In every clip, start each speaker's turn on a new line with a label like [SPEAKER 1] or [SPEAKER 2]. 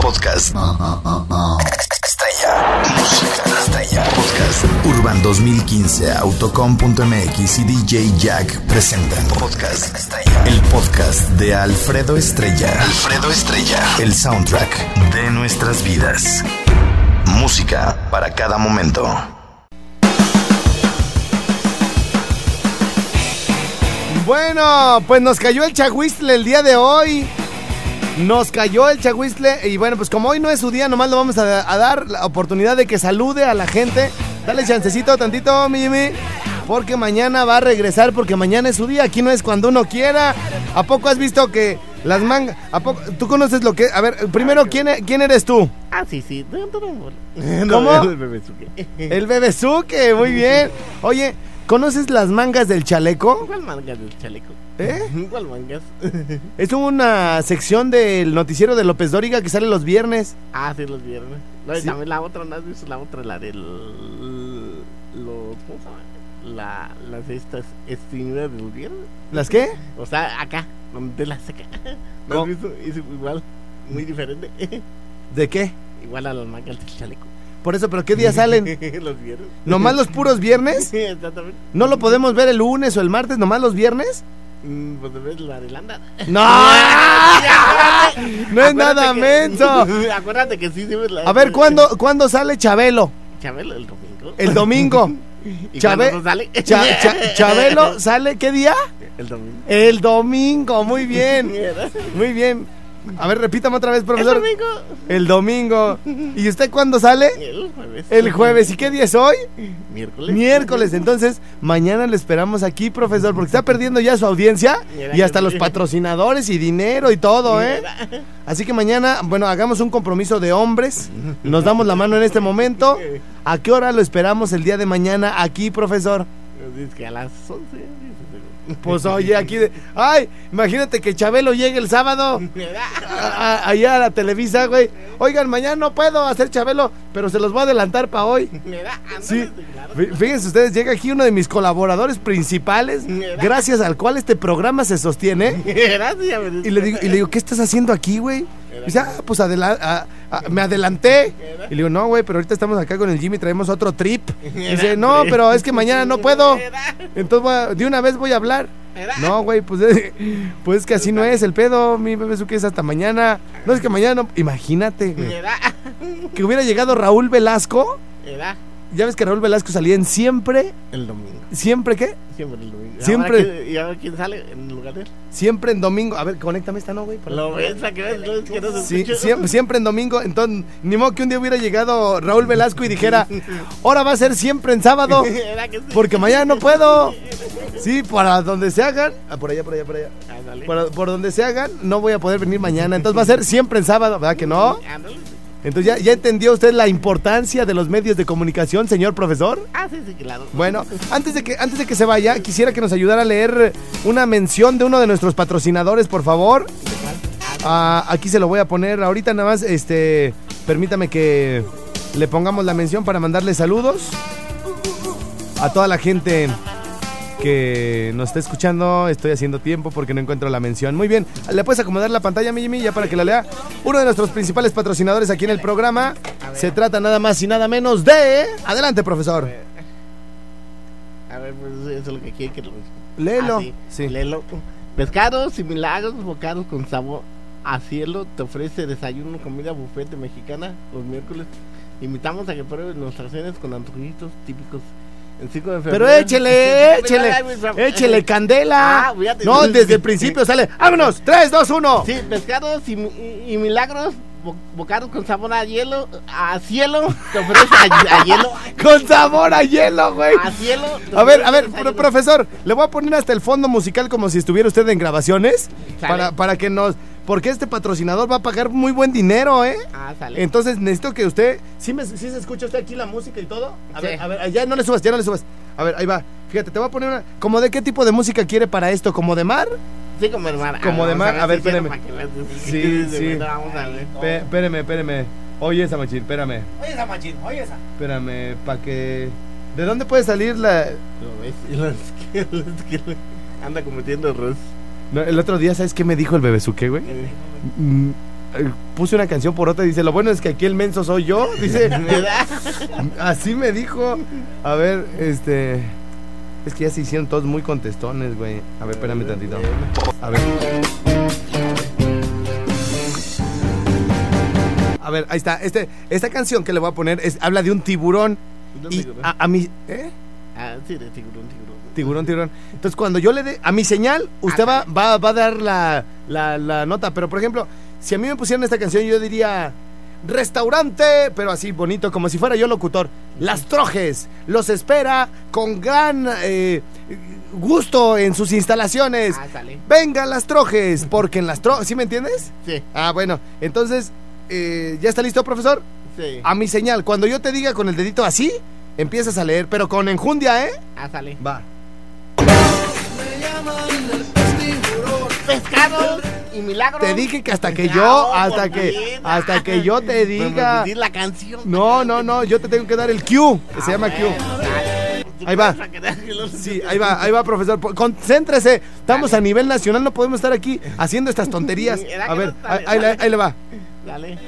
[SPEAKER 1] Podcast. ah, Estrella. Música. Estrella. Podcast. Urban 2015, autocom.mx y DJ Jack presentan. Podcast. Estrella. El podcast de Alfredo Estrella. Alfredo Estrella. El soundtrack de nuestras vidas. Música para cada momento.
[SPEAKER 2] Bueno, pues nos cayó el chagüistle el día de hoy. Nos cayó el chagüistle y bueno, pues como hoy no es su día, nomás le vamos a, a dar la oportunidad de que salude a la gente. Dale chancecito tantito, mi Jimmy, porque mañana va a regresar, porque mañana es su día. Aquí no es cuando uno quiera. ¿A poco has visto que las mangas... ¿A poco? ¿Tú conoces lo que...? A ver, primero, ¿quién, e- quién eres tú?
[SPEAKER 3] Ah, sí, sí. ¿Cómo?
[SPEAKER 2] ¿Cómo?
[SPEAKER 3] El bebezuque.
[SPEAKER 2] El bebezuque, muy bien. Oye, ¿conoces las mangas del chaleco?
[SPEAKER 3] ¿Cuál mangas del chaleco?
[SPEAKER 2] ¿Eh?
[SPEAKER 3] ¿Cuál mangas?
[SPEAKER 2] Es una sección del noticiero de López Dóriga que sale los viernes.
[SPEAKER 3] Ah, sí, los viernes. No, y
[SPEAKER 2] Sí.
[SPEAKER 3] también la otra, ¿no has visto la otra? La del... Los, ¿Cómo se llama? La, las estas estimulas de los viernes.
[SPEAKER 2] ¿Las qué?
[SPEAKER 3] O sea, acá, donde las acá. ¿No
[SPEAKER 2] ¿Cómo?
[SPEAKER 3] has visto? Es igual, muy diferente.
[SPEAKER 2] ¿De qué?
[SPEAKER 3] igual a las mangas del chaleco.
[SPEAKER 2] Por eso, ¿pero qué día salen?
[SPEAKER 3] los viernes.
[SPEAKER 2] ¿Nomás los puros viernes?
[SPEAKER 3] Sí, exactamente.
[SPEAKER 2] ¿No lo podemos ver el lunes o el martes, nomás los viernes?
[SPEAKER 3] Mm, Pues ves la de Landa.
[SPEAKER 2] ¡No! ¡Ah! ¡No es nada menso!
[SPEAKER 3] Acuérdate que sí, sí ves la
[SPEAKER 2] A ver, ¿cuándo, ¿cuándo sale Chabelo?
[SPEAKER 3] Chabelo el domingo.
[SPEAKER 2] El domingo.
[SPEAKER 3] ¿Y
[SPEAKER 2] Chabe-
[SPEAKER 3] cuándo sale?
[SPEAKER 2] Cha- cha- ¿Chabelo sale qué día?
[SPEAKER 3] El domingo.
[SPEAKER 2] El domingo, muy bien.
[SPEAKER 3] Mierda.
[SPEAKER 2] Muy bien. A ver, repítame otra vez,
[SPEAKER 3] El
[SPEAKER 2] profesor.
[SPEAKER 3] domingo.
[SPEAKER 2] El domingo. ¿Y usted cuándo sale?
[SPEAKER 3] El jueves.
[SPEAKER 2] El jueves. ¿Y qué día es hoy?
[SPEAKER 3] Miércoles.
[SPEAKER 2] Miércoles. Entonces, mañana le esperamos aquí, profesor, porque está perdiendo ya su audiencia y hasta los patrocinadores y dinero y todo, ¿eh?
[SPEAKER 3] Mierda.
[SPEAKER 2] Así que mañana, bueno, hagamos un compromiso de hombres. Nos damos la mano en este momento. ¿A qué hora lo esperamos el día de mañana aquí, profesor?
[SPEAKER 3] Dices Pues que a las 11. dices,
[SPEAKER 2] Pues oye, aquí de... ¡Ay! Imagínate que Chabelo llegue el sábado
[SPEAKER 3] Mierda.
[SPEAKER 2] a- a- allá a la Televisa, güey. Oigan, mañana no puedo hacer Chabelo, pero se los voy a adelantar para hoy.
[SPEAKER 3] Mierda. Ándale,
[SPEAKER 2] Sí.
[SPEAKER 3] claro.
[SPEAKER 2] Fí- Fíjense ustedes, llega aquí uno de mis colaboradores principales, gracias al cual este programa se sostiene.
[SPEAKER 3] Mierda, sí, ya me
[SPEAKER 2] Y le digo, y le digo ¿qué estás haciendo aquí, güey? Y dice, ah, pues adela- ah, ah, me adelanté. Y le digo, no, güey, pero ahorita estamos acá con el Jimmy, traemos otro trip. Y dice, no, pero es que mañana no puedo. Entonces, voy a- de una vez voy a hablar. No, güey, pues, eh, pues es que así no es el pedo, mi bebé que es hasta mañana. No es que mañana, no- imagínate, güey.
[SPEAKER 3] Mierda.
[SPEAKER 2] Que hubiera llegado Raúl Velasco.
[SPEAKER 3] Mierda.
[SPEAKER 2] Ya ves que Raúl Velasco salía en siempre,
[SPEAKER 3] El domingo.
[SPEAKER 2] siempre qué?
[SPEAKER 3] Siempre el domingo.
[SPEAKER 2] Siempre.
[SPEAKER 3] Ahora, ¿quién- ¿Y ahora quién sale en lugar de él?
[SPEAKER 2] Siempre en domingo. A ver, conéctame esta, ¿no, güey? Por
[SPEAKER 3] Lo ves, ¿a que ves? ¿No es que no se
[SPEAKER 2] Sí,
[SPEAKER 3] escucha?
[SPEAKER 2] siempre, siempre en domingo. Entonces, ni modo que un día hubiera llegado Raúl Velasco y dijera, ahora va a ser siempre en sábado,
[SPEAKER 3] Mierda, que sí.
[SPEAKER 2] porque mañana no puedo. Sí, para donde se hagan, ah, por allá, por allá, por allá,
[SPEAKER 3] Ándale.
[SPEAKER 2] por, por donde se hagan, no voy a poder venir mañana. Entonces va a ser siempre en sábado, ¿verdad que no?
[SPEAKER 3] Ándale.
[SPEAKER 2] Entonces ya, ya entendió usted la importancia de los medios de comunicación, señor profesor.
[SPEAKER 3] Ah, sí, sí, claro.
[SPEAKER 2] Bueno, antes de que antes de que se vaya, quisiera que nos ayudara a leer una mención de uno de nuestros patrocinadores, por favor. Ah, aquí se lo voy a poner ahorita nada más, este, permítame que le pongamos la mención para mandarle saludos a toda la gente que nos está escuchando. Estoy haciendo tiempo porque no encuentro la mención. Muy bien, le puedes acomodar la pantalla, mi Jimmy, ya para que la lea. Uno de nuestros principales patrocinadores aquí en el programa se trata nada más y nada menos de. Adelante, profesor.
[SPEAKER 3] A ver, pues eso es lo que quiere que lo
[SPEAKER 2] Léelo.
[SPEAKER 3] Ah, sí,
[SPEAKER 2] sí.
[SPEAKER 3] léelo. Pescados y milagros bocados con sabor a cielo te ofrece desayuno, comida, bufete mexicana los miércoles. Invitamos a que pruebes nuestras cenas con antojitos típicos. El 5 de febrero.
[SPEAKER 2] Pero échele, échele,
[SPEAKER 3] Ay, mi fam-
[SPEAKER 2] échele candela.
[SPEAKER 3] Ah, fíjate.
[SPEAKER 2] no, desde el principio sale. ¡Vámonos! ¡Tres, dos, uno!
[SPEAKER 3] Sí, pescados y, mi- y milagros bo- bocados con sabor a hielo, a cielo, te ofrece a, a hielo,
[SPEAKER 2] Con sabor a hielo, güey.
[SPEAKER 3] a cielo. te
[SPEAKER 2] A ver, a
[SPEAKER 3] ofrece
[SPEAKER 2] ver,
[SPEAKER 3] desayuno.
[SPEAKER 2] pro- profesor, le voy a poner hasta el fondo musical como si estuviera usted en grabaciones
[SPEAKER 3] Sale.
[SPEAKER 2] para, para que nos porque este patrocinador va a pagar muy buen dinero, ¿eh?
[SPEAKER 3] Ah, sale.
[SPEAKER 2] Entonces necesito que usted. ¿Sí, me, sí se escucha usted aquí la música y todo? A
[SPEAKER 3] Sí.
[SPEAKER 2] ver, a ver, ya no le subas, ya no le subas. A ver, ahí va. Fíjate, te voy a poner una. ¿Cómo de qué tipo de música quiere para esto? ¿Como de mar?
[SPEAKER 3] Sí, como de mar.
[SPEAKER 2] Como
[SPEAKER 3] Ah,
[SPEAKER 2] de
[SPEAKER 3] vamos
[SPEAKER 2] mar. A ver,
[SPEAKER 3] si quiero
[SPEAKER 2] espérame.
[SPEAKER 3] para que la-
[SPEAKER 2] Sí, sí.
[SPEAKER 3] Vamos a ver.
[SPEAKER 2] Pe- espéreme, espéreme. Oye, Samachín, espérame.
[SPEAKER 4] Oye esa machín, oye esa.
[SPEAKER 2] Espérame, para que. ¿De dónde puede salir la.?
[SPEAKER 3] Lo ves, y lo- es que- es que Anda cometiendo errores.
[SPEAKER 2] No, el otro día, ¿sabes qué me dijo el bebesuque, güey?
[SPEAKER 3] Eh,
[SPEAKER 2] Mm, eh, Puse una canción por otra y dice, lo bueno es que aquí el menso soy yo. Dice,
[SPEAKER 3] ¿Verdad?
[SPEAKER 2] así me dijo. A ver, este... Es que ya se hicieron todos muy contestones, güey. A ver, espérame tantito. A ver. A ver, ahí está. Este, esta canción que le voy a poner es, habla de un tiburón.
[SPEAKER 3] ¿Dónde
[SPEAKER 2] Y
[SPEAKER 3] quedó?
[SPEAKER 2] a, a mi... ¿eh?
[SPEAKER 3] Ah, sí, de tiburón, tiburón.
[SPEAKER 2] Tiburón, tiburón. Entonces, cuando yo le dé a mi señal, usted va, va, va a dar la, la- la nota. Pero, por ejemplo, si a mí me pusieran esta canción, yo diría restaurante, pero así bonito, como si fuera yo locutor. Las Trojes los espera con gran eh, gusto en sus instalaciones.
[SPEAKER 3] Ah, sale.
[SPEAKER 2] Venga, Las Trojes, porque en Las Trojes, ¿sí me entiendes?
[SPEAKER 3] Sí,
[SPEAKER 2] Ah, bueno, entonces, eh, ¿ya está listo, profesor?
[SPEAKER 3] sí.
[SPEAKER 2] A mi señal, cuando yo te diga con el dedito así, empiezas a leer, pero con enjundia, ¿eh?
[SPEAKER 3] Ah, sale.
[SPEAKER 2] Va.
[SPEAKER 3] Pescados y milagros.
[SPEAKER 2] Te dije que hasta que
[SPEAKER 3] Ya,
[SPEAKER 2] yo,
[SPEAKER 3] oh,
[SPEAKER 2] hasta
[SPEAKER 3] por
[SPEAKER 2] que,
[SPEAKER 3] fin.
[SPEAKER 2] hasta que yo te
[SPEAKER 3] Pero me
[SPEAKER 2] diga.
[SPEAKER 3] olvidé la Ah, canción.
[SPEAKER 2] No, no, no, yo te tengo que dar el Q, que se llama Q. Ahí va. Sí, ahí va, ahí va, profesor. Po- Concéntrese. Estamos a nivel nacional, no podemos estar aquí haciendo estas tonterías.
[SPEAKER 3] Era que
[SPEAKER 2] A ver,
[SPEAKER 3] no
[SPEAKER 2] ahí,
[SPEAKER 3] sale,
[SPEAKER 2] ahí le-
[SPEAKER 3] dale.
[SPEAKER 2] ahí le va.
[SPEAKER 3] Dale.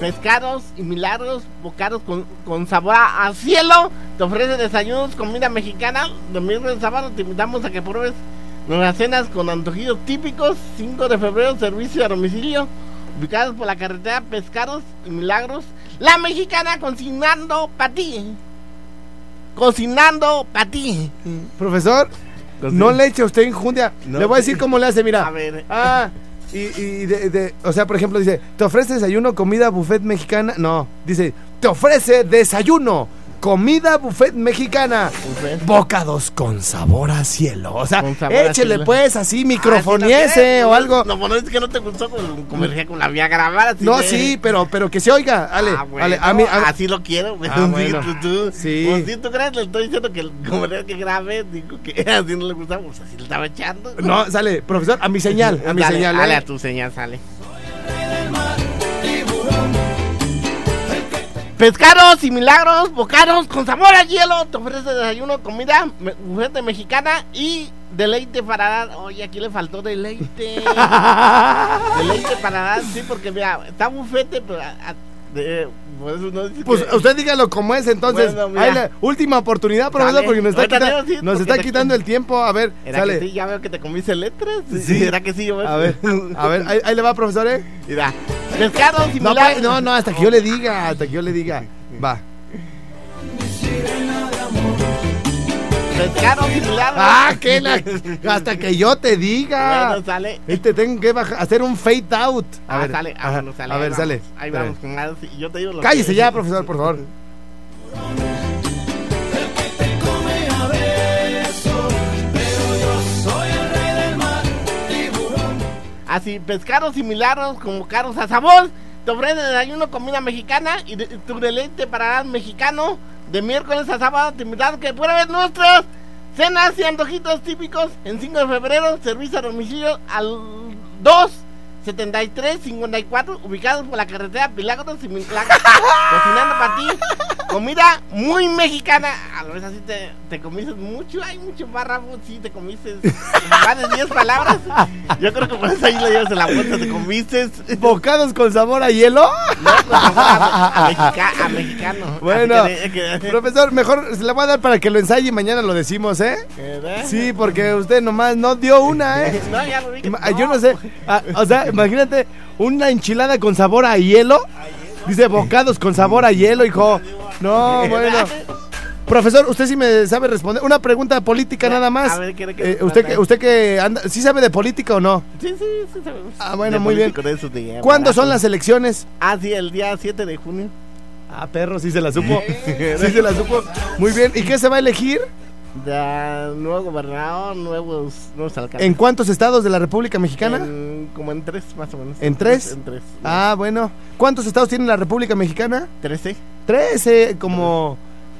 [SPEAKER 3] Pescados y milagros, bocados con, con sabor a a cielo. Te ofrece desayunos, comida mexicana. Domingo y sábado te invitamos a que pruebes nuestras cenas con antojitos típicos. 5 de febrero, servicio a domicilio. Ubicados por la carretera Pescados y Milagros. La mexicana cocinando para ti. Cocinando para ti.
[SPEAKER 2] Profesor, no le eche usted injundia.
[SPEAKER 3] No.
[SPEAKER 2] Le voy a decir cómo le hace, mira.
[SPEAKER 3] A ver.
[SPEAKER 2] Ah, y, y de, de- o sea, por ejemplo, dice, ¿te ofrece desayuno, comida, buffet mexicana? No, dice, ¿te ofrece desayuno, comida, buffet mexicana?
[SPEAKER 3] Buffet.
[SPEAKER 2] Bocados con sabor a cielo. O sea,
[SPEAKER 3] Con sabor a
[SPEAKER 2] échele
[SPEAKER 3] cielo.
[SPEAKER 2] pues así, microfoniese
[SPEAKER 3] Ah, sí,
[SPEAKER 2] o algo.
[SPEAKER 3] No, bueno, es que no te gustó con comercial con la vía grabada. así
[SPEAKER 2] No,
[SPEAKER 3] de-
[SPEAKER 2] sí, pero, pero que se oiga. Ale,
[SPEAKER 3] Ah, bueno,
[SPEAKER 2] ale, a mí, a-
[SPEAKER 3] así lo quiero. güey.
[SPEAKER 2] Ah,
[SPEAKER 3] Sí,
[SPEAKER 2] bueno.
[SPEAKER 3] tú, tú.
[SPEAKER 2] Sí.
[SPEAKER 3] Pues sí, tú crees, le estoy diciendo que el comercial que grabé, dijo que así no le gustaba, pues así le estaba echando.
[SPEAKER 2] No, sale, profesor, a mi señal, a mi
[SPEAKER 3] Dale,
[SPEAKER 2] señal.
[SPEAKER 3] Dale
[SPEAKER 2] ¿eh?
[SPEAKER 3] a tu señal, sale. Pescados y milagros, bocados con sabor a hielo, te ofrece desayuno, comida, me- bufete mexicana y deleite para dar. Oye, aquí le faltó deleite. deleite para dar, sí, porque mira, está bufete, pero. a- a- de- por eso no dice
[SPEAKER 2] Pues
[SPEAKER 3] que-
[SPEAKER 2] usted dígalo como es, entonces.
[SPEAKER 3] Bueno, mira.
[SPEAKER 2] ahí la última oportunidad, profesor,
[SPEAKER 3] Dale.
[SPEAKER 2] porque nos está,
[SPEAKER 3] Ahorita
[SPEAKER 2] quita-
[SPEAKER 3] te digo, sí,
[SPEAKER 2] nos
[SPEAKER 3] porque
[SPEAKER 2] está
[SPEAKER 3] te-
[SPEAKER 2] quitando el tiempo. A ver,
[SPEAKER 3] ¿Era
[SPEAKER 2] sale.
[SPEAKER 3] que sí? Ya veo que te comiste letras.
[SPEAKER 2] Sí.
[SPEAKER 3] ¿Era que sí? Yo veo-
[SPEAKER 2] A ver, a ver, ahí, ahí le va, profesor, ¿eh?
[SPEAKER 3] Mira, pescados y
[SPEAKER 2] No,
[SPEAKER 3] milagros.
[SPEAKER 2] pa- no, no, hasta que yo le diga, hasta que yo le diga. Va.
[SPEAKER 3] Pescados y milagros.
[SPEAKER 2] ¡Ah, que la! Hasta que yo te diga.
[SPEAKER 3] Bueno, sale.
[SPEAKER 2] Y te tengo que baja- hacer un fade out. Ah. A
[SPEAKER 3] Ah,
[SPEAKER 2] ver,
[SPEAKER 3] sale,
[SPEAKER 2] ajá,
[SPEAKER 3] vámonos, sale,
[SPEAKER 2] a ver,
[SPEAKER 3] vamos.
[SPEAKER 2] sale.
[SPEAKER 3] Ahí
[SPEAKER 2] Espera.
[SPEAKER 3] vamos con algo, y yo te digo lo
[SPEAKER 2] Cállese
[SPEAKER 3] que-
[SPEAKER 2] ya, profesor, por favor.
[SPEAKER 3] Así, pescados y milagros como caros a sabor. Te ofrecen desayuno, comida mexicana y de- tu deleite para dar mexicano. De miércoles a sábado te invitamos que pruebes nuestras cenas y antojitos típicos. En 5 de febrero, servicio a domicilio al 2 73 54 ubicados por la carretera Pilagros y Milagros. cocinando para ti. Comida muy mexicana. A lo mejor así te, te comiste mucho. Hay mucho párrafo. Sí, te comiste más de 10 palabras. Yo creo que por eso ahí le llevas en la vuelta. Te comiste.
[SPEAKER 2] ¿Bocados con sabor a hielo?
[SPEAKER 3] a, mexica- a mexicano.
[SPEAKER 2] Bueno,
[SPEAKER 3] Así que- que-
[SPEAKER 2] Profesor, mejor se la voy a dar para que lo ensaye y mañana lo decimos, ¿eh?
[SPEAKER 3] ¿verdad?
[SPEAKER 2] Sí, porque usted nomás no dio una, ¿eh?
[SPEAKER 3] No, ya lo vi. que-
[SPEAKER 2] Ima- Yo no sé. ah, o sea, imagínate una enchilada con sabor a hielo. Dice bocados con sabor a hielo, hijo. No,
[SPEAKER 3] ah,
[SPEAKER 2] bueno. Profesor, usted sí me sabe responder. Una pregunta política nada más.
[SPEAKER 3] A ver, ¿qué- qué-
[SPEAKER 2] Eh, usted, que, usted que anda, ¿sí sabe de política o no?
[SPEAKER 3] Sí, sí, sí. sabemos.
[SPEAKER 2] Ah, bueno,
[SPEAKER 3] De
[SPEAKER 2] muy bien.
[SPEAKER 3] político de esos de-
[SPEAKER 2] ¿Cuándo son las elecciones?
[SPEAKER 3] Ah, sí, el día 7 de junio.
[SPEAKER 2] Ah, perro, sí se la supo. Sí se la supo. Muy bien. ¿Y qué se va a elegir?
[SPEAKER 3] Ya, nuevo gobernador, nuevos, nuevos alcaldes.
[SPEAKER 2] ¿En cuántos estados de la República Mexicana?
[SPEAKER 3] En- como en tres, más o menos.
[SPEAKER 2] ¿En tres?
[SPEAKER 3] En tres.
[SPEAKER 2] Ah, bueno. ¿Cuántos estados tiene la República Mexicana?
[SPEAKER 3] Trece,
[SPEAKER 2] Trece, como...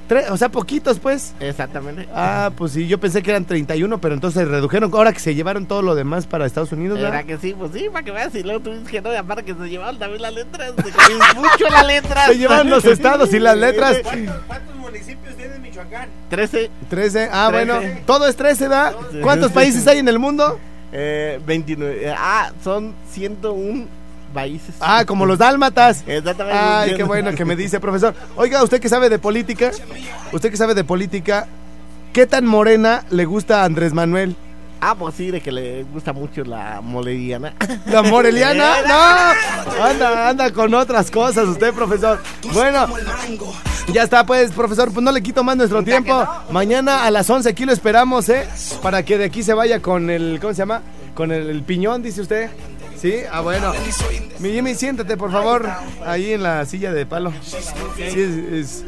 [SPEAKER 2] Tre o sea, poquitos, pues.
[SPEAKER 3] exactamente.
[SPEAKER 2] Ah, pues sí, yo pensé que eran 31, pero entonces se redujeron. Ahora que se llevaron todo lo demás para Estados Unidos, ¿verdad?
[SPEAKER 3] ¿Verdad que sí? Pues sí, para que veas. Y luego tú dices que no, y aparte que se llevaban también las letras. Se comen mucho las letras.
[SPEAKER 2] Se llevaron los estados y las letras.
[SPEAKER 4] ¿Cuántos, cuántos municipios tiene Michoacán?
[SPEAKER 3] Trece,
[SPEAKER 2] 13, ah,
[SPEAKER 3] Trece.
[SPEAKER 2] bueno, todo es 13, ¿verdad?
[SPEAKER 3] Todo es
[SPEAKER 2] ¿Cuántos
[SPEAKER 3] trece.
[SPEAKER 2] países hay en el mundo?
[SPEAKER 3] eh, veintinueve. eh, ah, son 101 países.
[SPEAKER 2] Ah, como los dálmatas.
[SPEAKER 3] Exactamente.
[SPEAKER 2] Ay, qué bueno que me dice, profesor. Oiga, usted que sabe de política, usted que sabe de política, ¿qué tan morena le gusta a Andrés Manuel?
[SPEAKER 3] Ah, pues sí, de que le gusta mucho la moleriana.
[SPEAKER 2] ¿La moreliana? No, anda, anda con otras cosas usted, profesor. Bueno, ya está, pues, profesor, pues no le quito más nuestro tiempo. Mañana a las 11 aquí lo esperamos, ¿eh? Para que de aquí se vaya con el, ¿cómo se llama? Con el, el piñón, dice usted. Sí, ah, bueno. Mi Jimmy, siéntate, por favor, ahí en la silla de palo. Sí, es- es-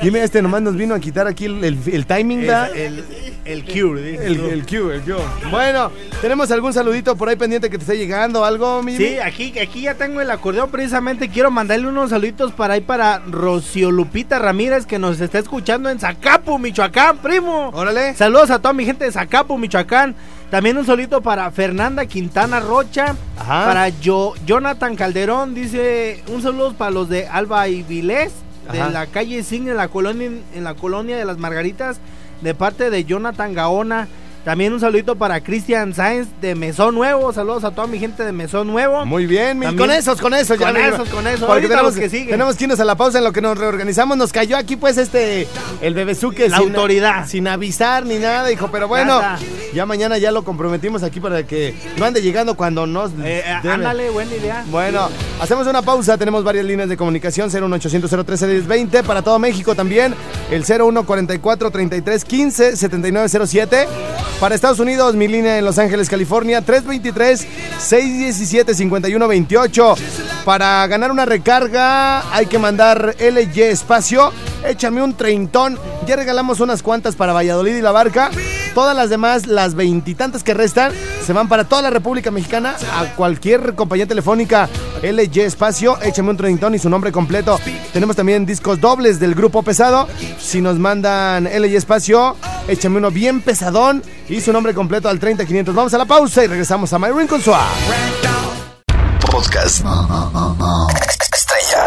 [SPEAKER 2] Jimmy, este nomás nos vino a quitar aquí el, el- el timing, ¿verdad?
[SPEAKER 3] el, el cure, dices
[SPEAKER 2] El,
[SPEAKER 3] tú.
[SPEAKER 2] el Q, el Q. Bueno, ¿tenemos algún saludito por ahí pendiente que te esté llegando? ¿Algo, mi
[SPEAKER 4] Sí,
[SPEAKER 2] Jimmy?
[SPEAKER 4] aquí, aquí ya tengo el acordeón precisamente. Quiero mandarle unos saluditos para ahí para Rocío Lupita Ramírez que nos está escuchando en Zacapu, Michoacán, primo.
[SPEAKER 2] Órale.
[SPEAKER 4] Saludos a toda mi gente de Zacapu, Michoacán. También un solito para Fernanda Quintana Rocha.
[SPEAKER 2] Ajá.
[SPEAKER 4] Para yo, Jonathan Calderón. Dice un saludo para los de Alba y Vilés. De
[SPEAKER 2] Ajá.
[SPEAKER 4] la calle Sin en la colonia en la colonia de las Margaritas. De parte de Jonathan Gaona. También un saludito para Cristian Sáenz de Mesón Nuevo. Saludos a toda mi gente de Mesón Nuevo.
[SPEAKER 2] Muy bien, mi-
[SPEAKER 4] También-
[SPEAKER 2] con esos, con esos, ya
[SPEAKER 4] Con
[SPEAKER 2] no iba.
[SPEAKER 4] esos, con esos.
[SPEAKER 2] Porque
[SPEAKER 4] Ahorita
[SPEAKER 2] tenemos,
[SPEAKER 4] los que siguen.
[SPEAKER 2] tenemos que irnos a la pausa en lo que nos reorganizamos. Nos cayó aquí, pues, este, el bebezuque.
[SPEAKER 4] La autoridad.
[SPEAKER 2] Sin avisar ni nada, hijo. Pero bueno,
[SPEAKER 4] Nada.
[SPEAKER 2] ya mañana ya lo comprometimos aquí para que no ande llegando cuando nos.
[SPEAKER 4] Eh, eh,
[SPEAKER 2] debe.
[SPEAKER 4] ándale, buena idea.
[SPEAKER 2] Bueno, hacemos una pausa. Tenemos varias líneas de comunicación: 01800 013 1020 para todo México también. El 0144 33 15 7907. Para Estados Unidos, mi línea en Los Ángeles, California: 323 617 5128. Para ganar una recarga, hay que mandar LY espacio. Échame un treintón. Ya regalamos unas cuantas para Valladolid y la barca. Todas las demás, las veintitantas que restan, se van para toda la República Mexicana a cualquier compañía telefónica. LY Espacio, échame un treintón y su nombre completo. Tenemos también discos dobles del grupo pesado. Si nos mandan LY Espacio, échame uno bien pesadón y su nombre completo al 30500. Vamos a la pausa y regresamos a My con Suárez.
[SPEAKER 1] Podcast. Estrella.